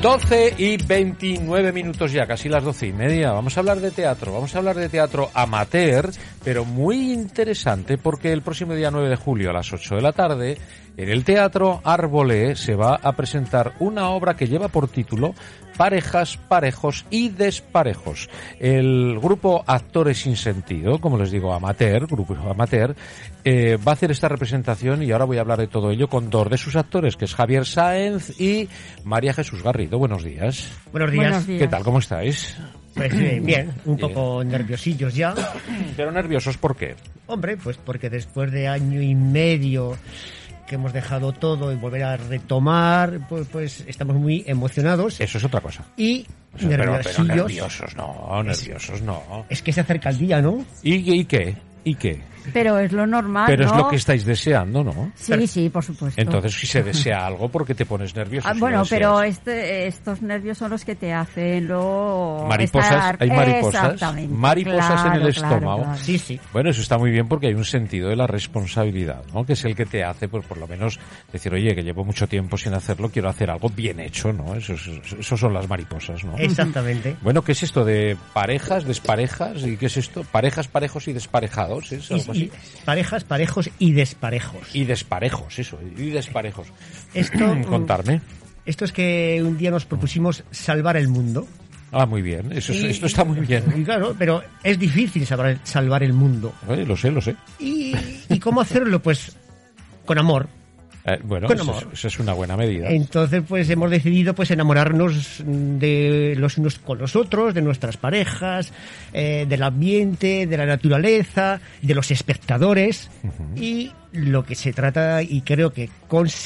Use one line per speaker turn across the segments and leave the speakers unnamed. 12 y 29 minutos ya, casi las 12 y media. Vamos a hablar de teatro, vamos a hablar de teatro amateur, pero muy interesante porque el próximo día 9 de julio a las 8 de la tarde, en el Teatro Árbolé se va a presentar una obra que lleva por título Parejas, Parejos y Desparejos. El grupo Actores Sin Sentido, como les digo, amateur, grupo amateur, eh, va a hacer esta representación y ahora voy a hablar de todo ello con dos de sus actores, que es Javier Sáenz y María Jesús Garrido. Buenos días.
Buenos días.
Buenos días.
¿Qué tal? ¿Cómo estáis?
Pues eh, bien, un
Bien.
poco nerviosillos ya.
Pero nerviosos, ¿por qué?
Hombre, pues porque después de año y medio que hemos dejado todo y volver a retomar, pues, pues estamos muy emocionados
Eso es otra cosa.
y
O sea, pero-
nerviosillos.
pero nerviosos, no, nerviosos, no.
Es que se acerca el día, ¿no?
¿Y, y qué? ¿Y qué?
Pero es lo normal,
Pero
Ah, ¿no?
es lo que estáis deseando, ¿no?
Sí, sí, por supuesto.
Entonces, si se desea algo, ¿por qué te pones nervioso?
Ah,
si
bueno,
lo deseas?
pero este, estos nervios son los que te hacen luego
Mariposas,
estar-
hay mariposas,
Exactamente,
mariposas en
claro,
el
claro,
estómago.
claro.
Sí, sí.
Bueno, eso está muy bien porque hay un sentido de la responsabilidad, ¿no? Que es el que te hace, pues por lo menos, decir, oye, que llevo mucho tiempo sin hacerlo, quiero hacer algo bien hecho, ¿no? Eso, es- eso son las mariposas, ¿no?
Exactamente.
Bueno, ¿qué es esto de parejas, desparejas? ¿Y qué es esto? Parejas, parejos y desparejados, ¿es algo
Y-
así?
y parejas, parejos y desparejos.
Y desparejos, eso, y desparejos.
Esto,
Contarme.
esto es que un día nos propusimos salvar el mundo.
Ah, muy bien, eso, es-
Y-
esto está muy bien.
Y claro, pero es difícil salvar, salvar el mundo.
Eh, lo sé, lo sé.
¿Y, y cómo hacerlo? Pues con amor.
Eh, bueno,
Con
eso es,
amor.
eso es una buena medida.
Entonces, pues hemos decidido pues enamorarnos de los unos con los otros, de nuestras parejas, eh, del ambiente, de la naturaleza, de los espectadores. Y lo que se trata, y creo que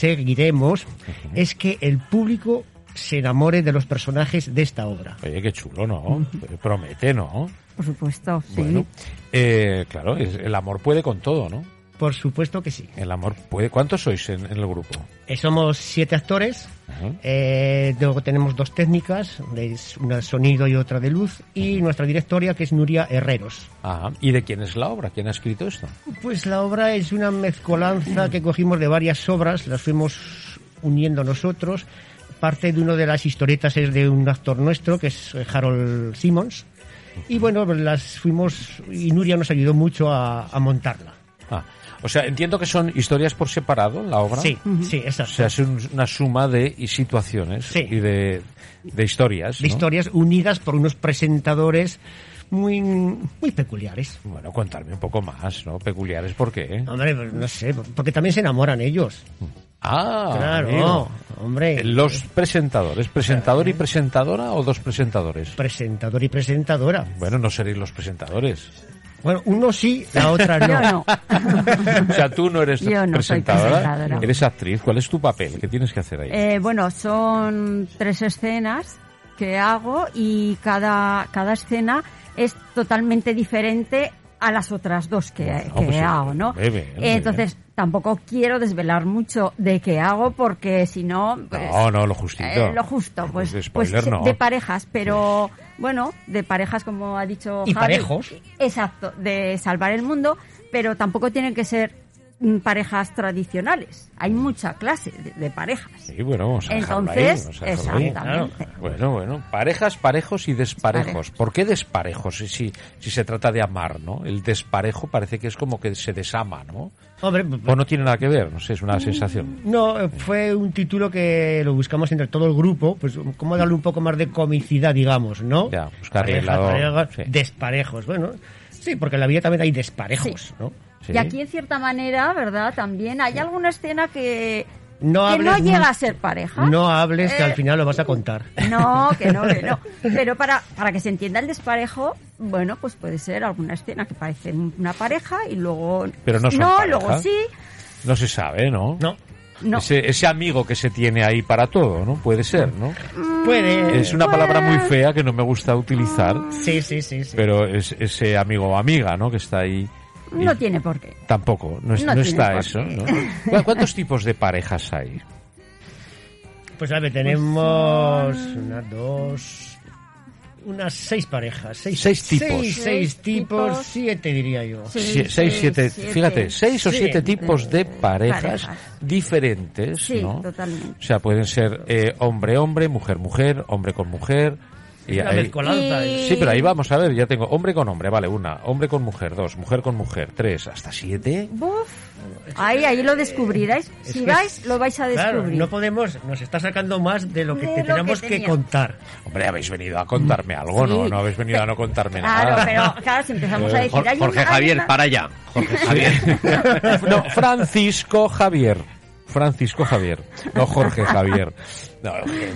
conseguiremos, es que el público se enamore de los personajes de esta obra.
Oye, qué chulo, ¿no? Promete, ¿no?
Por supuesto, sí.
Bueno, eh, claro, es- el amor puede con todo, ¿no?
Por supuesto que sí.
El amor puede. ¿Cuántos sois en, en el grupo?
Eh, Somos siete actores.
Ajá.
Eh, luego tenemos dos técnicas, es una de sonido y otra de luz, y nuestra directora que es Nuria Herreros.
Ajá. ¿Y de quién es la obra? ¿Quién ha escrito esto?
Pues la obra es una mezcolanza que cogimos de varias obras, las fuimos uniendo nosotros. Parte de una de las historietas es de un actor nuestro, que es eh, Harold Simmons. Y bueno, pues las fuimos, y Nuria nos ayudó mucho a, a montarla.
Ah, o sea, entiendo que son historias por separado en la obra.
Sí, sí,
O
exacto.
sea, es un- una suma de y situaciones
Sí.
y de, de historias.
de
¿no?
historias unidas por unos presentadores muy, muy peculiares.
Bueno, contarme un poco más, ¿no? Peculiares, ¿por qué?
Hombre, pues no sé, porque también se enamoran ellos.
Ah,
claro,
amigo. Eh,
hombre.
Los presentadores, presentador y presentadora o dos presentadores.
Presentador y presentadora.
Bueno, no seréis los presentadores.
Bueno, uno sí, la otra
Yo
no.
no.
O sea, tú no eres
Yo no soy
presentadora,
presentadora.
eres actriz. ¿Cuál es tu papel? ¿Qué tienes que hacer ahí?
Eh, bueno, son tres escenas que hago y cada, cada escena es totalmente diferente a las otras dos que,
Bueno,
que
pues,
hago, ¿no?
muy bien, muy
Entonces, tampoco quiero desvelar mucho de qué hago porque si no... pues,
no, no, lo justito.
eh, lo justo, pues,
Pues,
pues
spoiler,
sí,
no.
de parejas, pero bueno, de parejas como ha dicho
Y
Javi.
parejos.
Exacto, de salvar el mundo, pero tampoco tienen que ser mm, parejas tradicionales. Hay mucha clase de, de parejas.
Sí, bueno, vamos Pues a dejarlo ahí,
Entonces,
vamos a dejarlo ahí.
exactamente.
Claro. Bueno, bueno, parejas, parejos y desparejos.
Desparejos.
¿Por qué desparejos? Si, si, si se trata de amar, ¿no? El desparejo parece que es como que se desama, ¿no?
Hombre, pues,
O no tiene nada que ver, no sé, es una sensación.
no, eh, fue un título que lo buscamos entre todo el grupo, pues cómo darle un poco más de comicidad, digamos, ¿no?
Ya, buscarle el
Pareja,
lado-
pareja,
sí.
Desparejos, bueno. Sí, porque en la vida también hay desparejos,
Sí.
¿no?
Sí.
Y aquí, en cierta manera, ¿verdad? También hay alguna escena que
No
que no
hables
llega
mucho.
a ser pareja.
No hables que
Eh,
al final lo vas a contar.
No, que no, que no. Pero para, para que se entienda el desparejo, bueno, pues puede ser alguna escena que parece una pareja y luego...
Pero no son
No,
pareja.
luego sí.
No se sabe, ¿no?
No.
No.
Ese, ese amigo que se tiene ahí para todo, ¿no? Puede ser, ¿no?
Puede.
Es una palabra muy fea que no me gusta utilizar,
Sí, sí, sí, sí.
pero es ese amigo o amiga, ¿no? Que está ahí. y
No tiene por qué.
Tampoco, no, es-
No
no
tiene
está
por
eso.
qué.
¿no? ¿Cu- ¿Cuántos tipos de parejas hay?
Pues a ver, tenemos una, dos, unas seis parejas. Seis,
Seis tipos.
Seis, seis
Seis
tipos,
tipos.
siete diría yo.
Sí,
Sie- seis,
sí,
siete,
siete.
fíjate, seis o
Sí.
siete tipos de
Eh,
parejas,
parejas.
diferentes,
Sí,
¿no?
totalmente.
O sea, pueden ser eh, hombre-hombre, mujer-mujer, hombre con mujer. Y
Una
ahí,
mezcolanza.
Y-
sí, pero ahí vamos a ver, ya tengo hombre con hombre, vale, una, hombre con mujer, dos, mujer con mujer, tres, hasta siete.
Buf. Ahí, ahí
eh,
lo descubriréis.
Es
Si
que-
vais, lo vais a
Claro,
descubrir.
no podemos, nos está sacando más de lo que
De
te
lo que
tenemos que,
tenía.
contar.
Hombre, habéis venido a contarme algo, ¿no?
Sí.
No habéis venido a no contarme
Claro,
nada.
pero claro, si empezamos a
Eh,
decir...
Jor-
hay
Jorge
una- hay
Javier,
una-
para allá. Jorge Javier.
No, Francisco Javier. Francisco Javier, no Jorge Javier. No,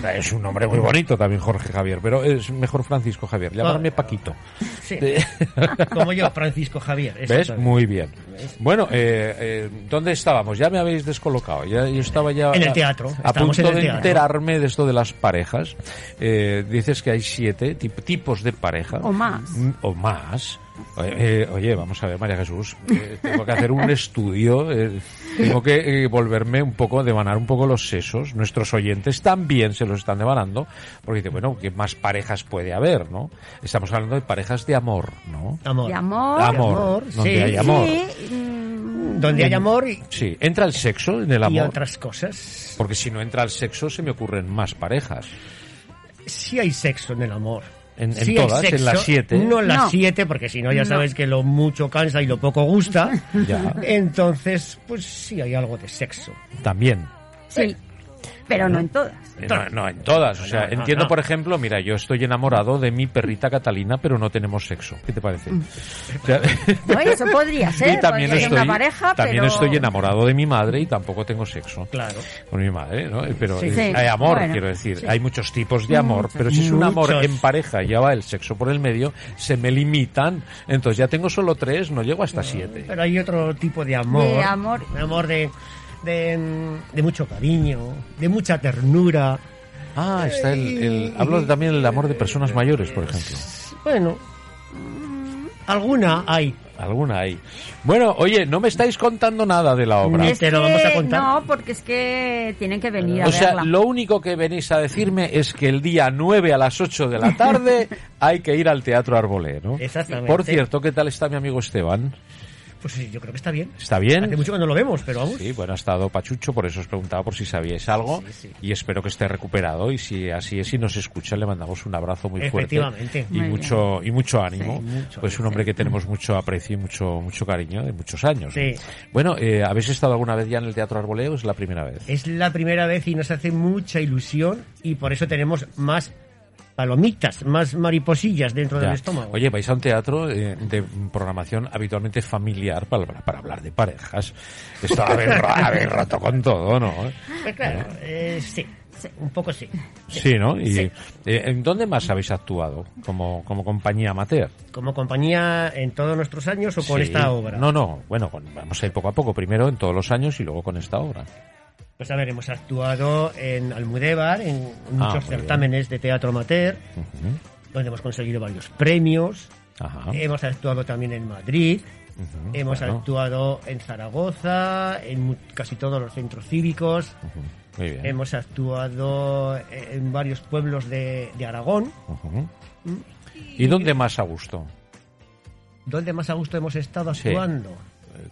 es un nombre muy bonito también Jorge Javier, pero es mejor Francisco Javier. Llamarme Paquito.
Sí,
Eh,
como yo, Francisco Javier.
¿Ves?
exactamente.
Muy bien. Bueno, eh, eh, ¿dónde estábamos? Ya me habéis descolocado. Ya, yo estaba ya
En el teatro.
a
Estamos
punto
en el
de
teatro.
enterarme de esto de las parejas. Eh, dices que hay siete tip- tipos de pareja.
O más.
Mm, O más. Oye, eh, oye, vamos a ver, María Jesús, eh, tengo que hacer un estudio, eh, tengo que eh, volverme un poco, devanar un poco los sesos. Nuestros oyentes también se los están devanando, porque dice, bueno, ¿qué más parejas puede haber, no? Estamos hablando de parejas de amor, ¿no?
Amor.
De amor.
amor,
amor,
donde
sí.
hay amor. Sí.
Sí, mm,
Donde hay amor y,
entra el sexo en el
y
amor,
otras cosas.
porque si no entra el sexo se me ocurren más parejas.
Sí hay sexo en el amor.
En- en
Sí hay
todas, en
sexo,
las siete.
No en las
No.
siete, porque si no ya
No.
sabes que lo mucho cansa y lo poco gusta.
Ya.
Entonces, pues sí hay algo de sexo.
También.
sí. pero no en todas.
Eh, No, no, en todas. O sea,
No, no,
entiendo,
no.
por ejemplo, mira, yo estoy enamorado de mi perrita Catalina, pero no tenemos sexo. ¿Qué te parece?
Mm.
O sea,
No, eso podría ser.
y también
podría ser
estoy,
una pareja,
también
pero...
estoy enamorado de mi madre y tampoco tengo sexo.
Claro.
Con mi madre, ¿no? Eh, Pero
Sí.
eh,
Sí.
hay amor,
Bueno,
quiero decir.
sí.
Hay muchos tipos de amor, pero si es un amor
Muchos.
en pareja, ya va el sexo por el medio, se me limitan. Entonces ya tengo solo tres, no llego hasta siete.
Pero hay otro tipo de amor.
De amor.
Un amor de, de, mm, de mucho cariño, de mucha ternura.
Ah, está el, el- Hablo de- también del amor de personas mayores, por ejemplo.
Bueno,
Mm.
alguna hay.
Alguna hay. Bueno, oye, no me estáis contando nada de la obra.
Ni
Es
te lo
que-
vamos a contar.
No, porque es que tienen que venir a
O sea,
verla.
lo único que venís a decirme es que el día 9 a las 8 de la tarde hay que ir al Teatro Arbolé, ¿no?
Exactamente.
Por cierto, ¿qué tal está mi amigo Esteban?
Pues sí, yo creo que está bien.
¿Está bien?
Hace mucho que no lo vemos, pero vamos.
Sí, bueno, ha estado Pachucho, por eso os preguntaba por si sabíais algo y espero que esté recuperado y si así es y nos escucha le mandamos un abrazo muy fuerte
Efectivamente.
y
Muy
mucho y mucho ánimo,
Sí, mucho
pues un hombre que tenemos mucho aprecio y mucho mucho cariño de muchos años.
Sí.
Bueno, eh, ¿habéis estado alguna vez ya en el Teatro Arbolé o es la primera vez?
Es la primera vez y nos hace mucha ilusión y por eso tenemos más palomitas, más mariposillas dentro
Ya.
del estómago.
Oye, vais a un teatro eh, de programación habitualmente familiar para, para hablar de parejas. Esto habéis, ro- habéis roto con todo, ¿no?
Pues claro, eh, sí, sí, un poco sí.
Sí, ¿no? Y,
Sí.
eh, ¿En dónde más habéis actuado? Como, como compañía amateur.
Como compañía en todos nuestros años o con
Sí.
esta obra.
No, no. Bueno, con- vamos a ir poco a poco. Primero en todos los años y luego con esta obra.
Pues a ver, hemos actuado en Almudévar, en muchos
Ah, muy bien.
certámenes de teatro amateur,
Ujú.
donde hemos conseguido varios premios.
Ajá.
Hemos actuado también en Madrid,
Ujú,
Eh, hemos
Ah. bueno.
actuado en Zaragoza, en mu- casi todos los centros cívicos.
Ujú. Muy bien.
Hemos actuado en varios pueblos de, de Aragón.
Ujú. ¿Y dónde más a gusto?
¿Dónde más a gusto hemos estado
Sí.
actuando?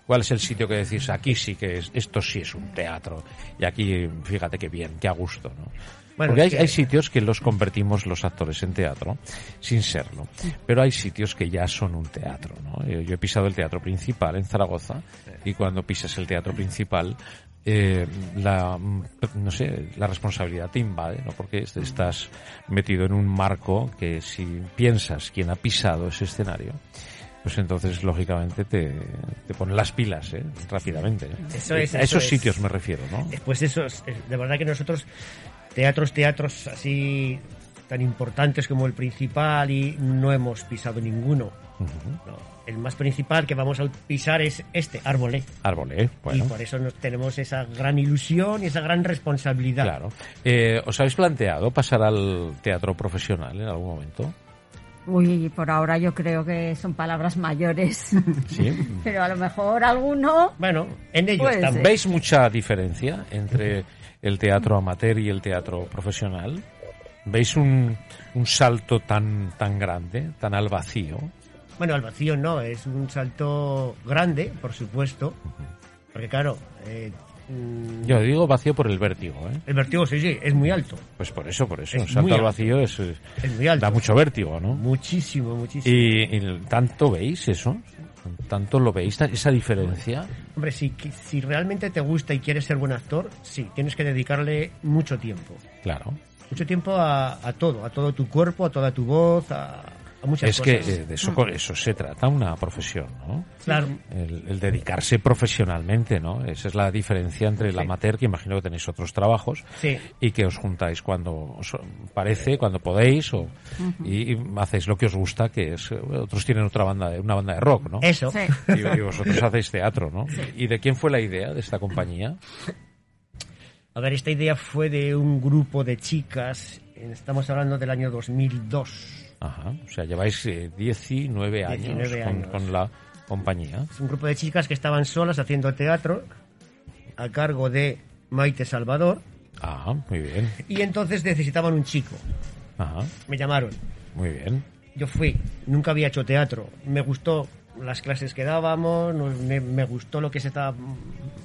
¿Cuál es el sitio que decís aquí sí que es, esto sí es un teatro? Y aquí, fíjate qué bien, qué a gusto, ¿no?
Bueno,
Porque hay,
es que-
hay sitios que los convertimos los actores en teatro, sin serlo. Pero hay sitios que ya son un teatro, ¿no? Yo, yo he pisado el teatro principal en Zaragoza y cuando pisas el teatro principal, eh, la, mm, no sé, la responsabilidad te invade, ¿no? Porque es- estás metido en un marco que si piensas quién ha pisado ese escenario, pues entonces, lógicamente, te, te ponen las pilas, ¿eh? Rápidamente. ¿eh?
Eso es,
a
eso
esos
es.
sitios me refiero, ¿no?
Pues eso, es- es- de verdad que nosotros, teatros, teatros así tan importantes como el principal y no hemos pisado ninguno. No, el más principal que vamos a pisar es este, Árbolé.
Árbolé, ¿eh? bueno.
Y por eso nos tenemos esa gran ilusión y esa gran responsabilidad.
Claro. Eh, ¿Os habéis planteado pasar al teatro profesional en algún momento?
Uy, por ahora yo creo que son palabras mayores.
Sí.
pero a lo mejor alguno...
Bueno, en ello
Pues,
estamos.
¿Veis mucha diferencia entre el teatro amateur y el teatro profesional? ¿Veis un, un salto tan, tan grande, tan al vacío?
Bueno, al vacío no, es un salto grande, por supuesto, porque claro, eh, mm,
Yo digo vacío por el vértigo, ¿eh?
el vértigo sí, sí, es muy alto,
Pues por eso, por eso.
Es
un salto
muy
al
alto.
vacío es, es-
es muy alto.
da mucho vértigo, ¿no?
Muchísimo, muchísimo.
Y, y tanto veis eso, tanto lo veis, ta- esa diferencia.
Hombre, si, qui- si realmente te gusta y quieres ser buen actor, sí, tienes que dedicarle mucho tiempo.
Claro.
Mucho tiempo a, a todo, a todo tu cuerpo, a toda tu voz, a, a muchas
es que
cosas.
eh, de eso, eso se trata una profesión, ¿no?
Claro,
El, el dedicarse profesionalmente, ¿no? Esa es la diferencia entre el
Sí.
amateur, que imagino que tenéis otros trabajos,
sí.
y que os juntáis cuando os parece, cuando podéis, o, y, y hacéis lo que os gusta, que es, eh, otros tienen otra banda, de- una banda de rock, ¿no?
Eso.
Sí.
Y, y vosotros hacéis teatro, ¿no? ¿Y de quién fue la idea de esta compañía?
A ver, esta idea fue de un grupo de chicas, estamos hablando del año 2002.
Ajá, o sea, lleváis eh, 19 años,
19
con-
años.
Con, la compañía.
Es un grupo de chicas que estaban solas haciendo teatro a cargo de Maite Salvador
Ah, muy bien.
y entonces necesitaban un chico.
Ajá,
Me llamaron.
muy bien.
Yo fui, nunca había hecho teatro. Me gustó las clases que dábamos, nos- me, me gustó lo que se estaba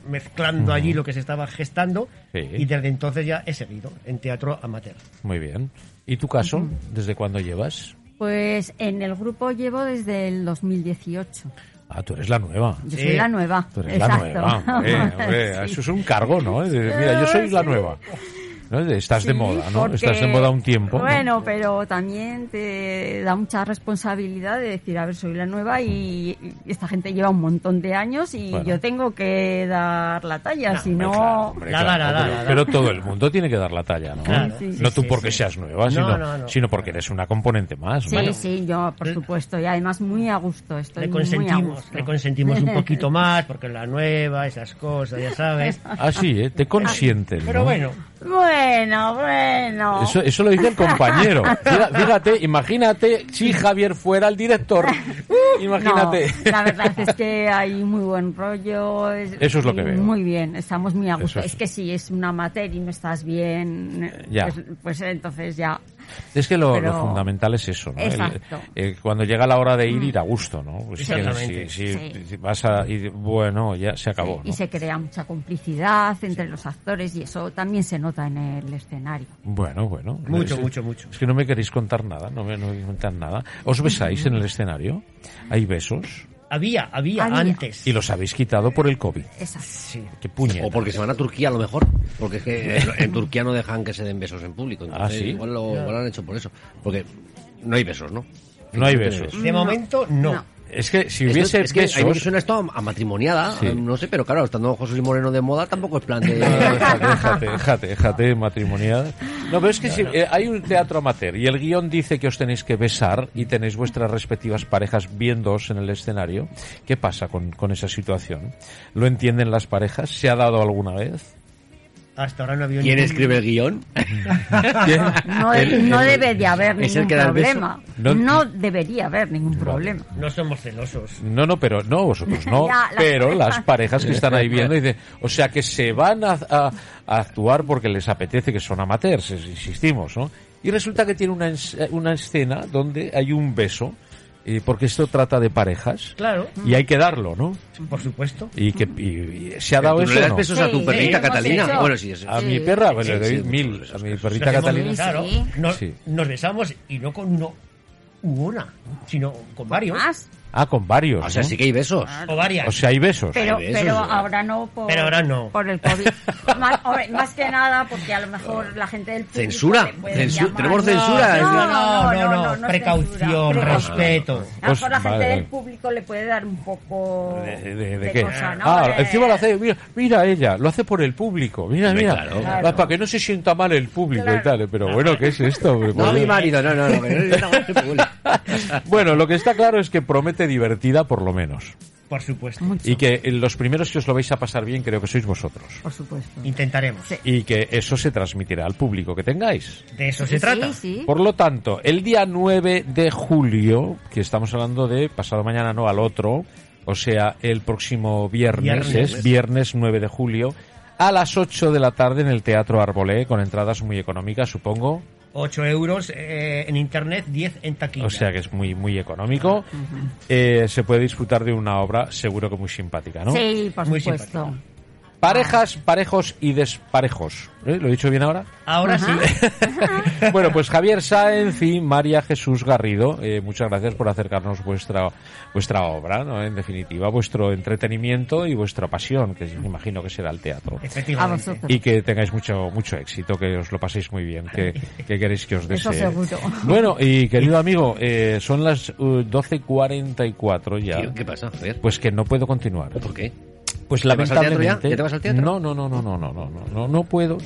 mezclando allí, lo que se estaba gestando.
Sí.
Y desde entonces ya he seguido en teatro amateur.
Muy bien. ¿Y tu caso? ¿Desde cuándo llevas?
Pues en el grupo llevo desde el 2018.
Ah, tú eres la nueva.
Yo
Sí.
soy la nueva.
Tú eres
Exacto.
la nueva. hombre, hombre.
Sí.
Eso es un cargo, ¿no? Es decir, mira, yo soy la
Sí.
nueva. ¿No? Es de- Estás de
Sí,
moda, ¿no?
porque-
Estás de moda un tiempo. ¿no?
Bueno, pero también te da mucha responsabilidad de decir, a ver, soy la nueva y, y esta gente lleva un montón de años y
Bueno.
yo tengo que dar la talla, si
Hombre,
no...
claro, hombre,
La, la, la,
claro,
la,
pero-
la.
Pero todo el mundo tiene que dar la talla, ¿no?
Claro.
Sí, sí,
no
sí,
tú
sí,
porque
sí.
seas nueva,
No,
sino,
no, no.
sino porque eres una componente más.
Sí,
bueno.
sí, yo, por supuesto, y además muy a gusto, estoy
Eh. Le
muy a
consentimos,
gusto.
le consentimos un poquito más porque la nueva, esas cosas, ya sabes.
Ah, sí, ¿eh? te consienten.
Ah, Pero
¿no?
bueno,
Bueno, bueno.
Eso, eso lo dice el compañero. Fija- Fíjate, imagínate si Javier fuera el director. Imagínate.
No, la verdad es que hay muy buen rollo.
Eso es lo que veo.
Muy bien, estamos muy a gusto.
Eso es.
Es que si es una materia y no estás bien, eh,
Ya.
Pues, pues entonces ya.
Es que lo,
Pero-
lo fundamental es eso, ¿no? El-
Exacto. Mm.
el- cuando llega la hora de ir, ir a gusto, ¿no? Pues que
Exactamente.
si, si-
Sí.
si vas a ir, bueno, ya se acabó,
Y
¿no?
se crea mucha complicidad entre los actores y eso también se nota en el escenario.
Bueno, bueno.
Mucho,
Es-
mucho, mucho.
Es que no me queréis contar nada, no me no me queréis contar nada. ¿Os besáis en el escenario? ¿Hay besos?
había, había,
Había.
antes.
Y los habéis quitado por el COVID.
Exacto.
Sí.
¡Qué puñeta!
O porque se van a Turquía a lo mejor, porque es que en- en Turquía no dejan que se den besos en público, entonces
Ah, ¿sí?
igual, lo, igual lo han hecho por eso, porque no hay besos, ¿no?
No hay besos.
De momento, no.
No.
Es que si
Es que-
hubiese
es que, a mí me
besos...
suena esto a, a matrimoniada,
Sí.
eh, no sé, pero claro, estando José Luis Moreno de moda tampoco es plan de...
No, no, déjate, déjate, déjate, déjate matrimonial. No, pero es que si, eh, hay un teatro amateur y el guión dice que os tenéis que besar y tenéis vuestras respectivas parejas viéndoos en el escenario. ¿Qué pasa con, con esa situación? ¿Lo entienden las parejas? ¿Se ha dado alguna vez?
Hasta ahora no había
¿Quién
ningún-
escribe el guión?
No, de- no debe de haber
¿Es el
ningún
que da el beso?
problema.
No-
No, debería haber ningún problema.
No somos celosos.
No, no, pero no, vosotros no,
Ya, las
pero
parejas.
las parejas que están ahí viendo dicen, o sea que se van a, a- a actuar porque les apetece que son amateurs, es- insistimos, ¿no? Y resulta que tiene una, ens- una escena donde hay un beso, eh, porque esto trata de parejas.
Claro,
y hay que darlo, ¿no?
por supuesto.
Y que y- y se ha
¿Tú
dado
no
eso.
le das
¿no?
besos a
Sí,
tu
sí,
perrita
hemos
Catalina?
hecho.
Bueno, sí, eso.
A
Sí.
mi perra, bueno,
Sí,
le doy
sí,
mil.
muchos
A
besos.
mi
Nos
perrita
hemos-
Catalina.
Claro,
Sí.
nos,
Sí.
nos besamos y no con uno, una, sino con varios.
Más,
Ah, con varios.
O sea,
¿no? Ah,
sí que hay besos.
O varias.
O sea, Pues hay besos.
pero,
besos,
pero
¿verdad?
ahora no por,
Pero ahora no.
por el COVID. más, hombre, más que nada porque a lo mejor la gente del público
Censura,
le puede
censu-
llamar.
tenemos censura.
No, no, no, no, no, no es
precaución,
censura,
respeto.
A lo mejor la
Pues,
gente
vale,
del
vale.
público le puede dar un poco
¿De, de- de qué?
cosa, ¿no?
ah,
De-
encima lo hace, mira, mira ella, lo hace por el público, mira,
Hombre,
mira,
claro.
Ah, para que no se sienta mal el público y tal, pero bueno, ¿qué es esto? hombre?
No,
Por
mi
Dios.
marido, no, no, no. que no- no, no, no, no.
bueno, lo que está claro es que promete divertida por lo menos,
Por supuesto.
Mucho,
y que los primeros que os lo vais a pasar bien creo que sois vosotros,
por supuesto.
Intentaremos.
Sí.
y que eso se transmitirá al público que tengáis.
De eso se trata.
Sí, sí.
Por lo tanto, el día 9 de julio, que estamos hablando de pasado mañana, no al otro, o sea, el próximo viernes,
Viernes.
es viernes 9 de julio, a las 8 de la tarde en el Teatro Arbolé, con entradas muy económicas, supongo.
8 euros eh, en internet, 10 en taquilla.
O sea que es muy, muy económico. Eh, se puede disfrutar de una obra seguro que muy simpática, ¿no?
Sí, por
Muy
supuesto.
Parejas, parejos y desparejos. ¿Eh? ¿Lo he dicho bien ahora?
Ahora sí.
Bueno, pues Javier Sáenz y María Jesús Garrido, eh, muchas gracias por acercarnos vuestra vuestra obra, ¿no? En definitiva, vuestro entretenimiento y vuestra pasión, que me imagino que será el teatro.
A
Efectivamente.
vosotros.
Y que tengáis mucho mucho éxito, que os lo paséis muy bien, que, que queréis que os desee.
Eso seguro.
Bueno, y querido amigo, eh, son las uh, 12.44 ya.
¿Qué, qué pasa? A ver.
Pues que no puedo continuar.
¿Por qué?
Pues
¿Te vas al teatro
lamentablemente.
ya? ¿Ya te vas al teatro?
No, no, no, no, no, no, no, no, no, no puedo.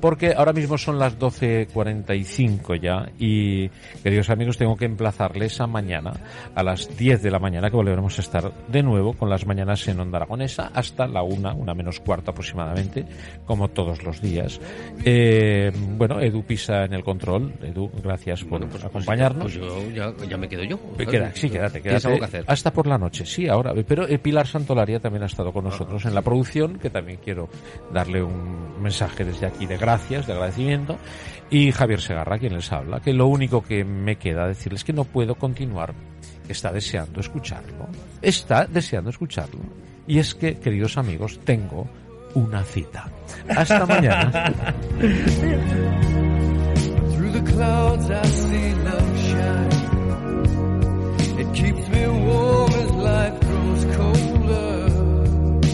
Porque ahora mismo son las 12.45 ya y, queridos amigos, tengo que emplazarles a mañana, a las 10 de la mañana, que volveremos a estar de nuevo con las mañanas en Onda Aragonesa hasta la 1, una menos cuarto aproximadamente, como todos los días. Eh, bueno, Edu pisa en el control. Edu, gracias por
Bueno, pues-
acompañarnos.
Pues yo ya, ya me quedo yo.
Eh, Queda, sí, quédate,
Pues Tienes
quédate. Ah,
algo que hacer.
Hasta por la noche, sí, ahora. Pero eh, Pilar Santolaria también ha estado con nosotros en la producción, que también quiero darle un mensaje desde aquí de gracias, de agradecimiento. Y Javier Segarra, quien les habla, que lo único que me queda decirles es que no puedo continuar, que está deseando escucharlo. Está deseando escucharlo. Y es que, queridos amigos, tengo una cita. Hasta mañana.
Through the clouds I see love shine. It keeps me warm.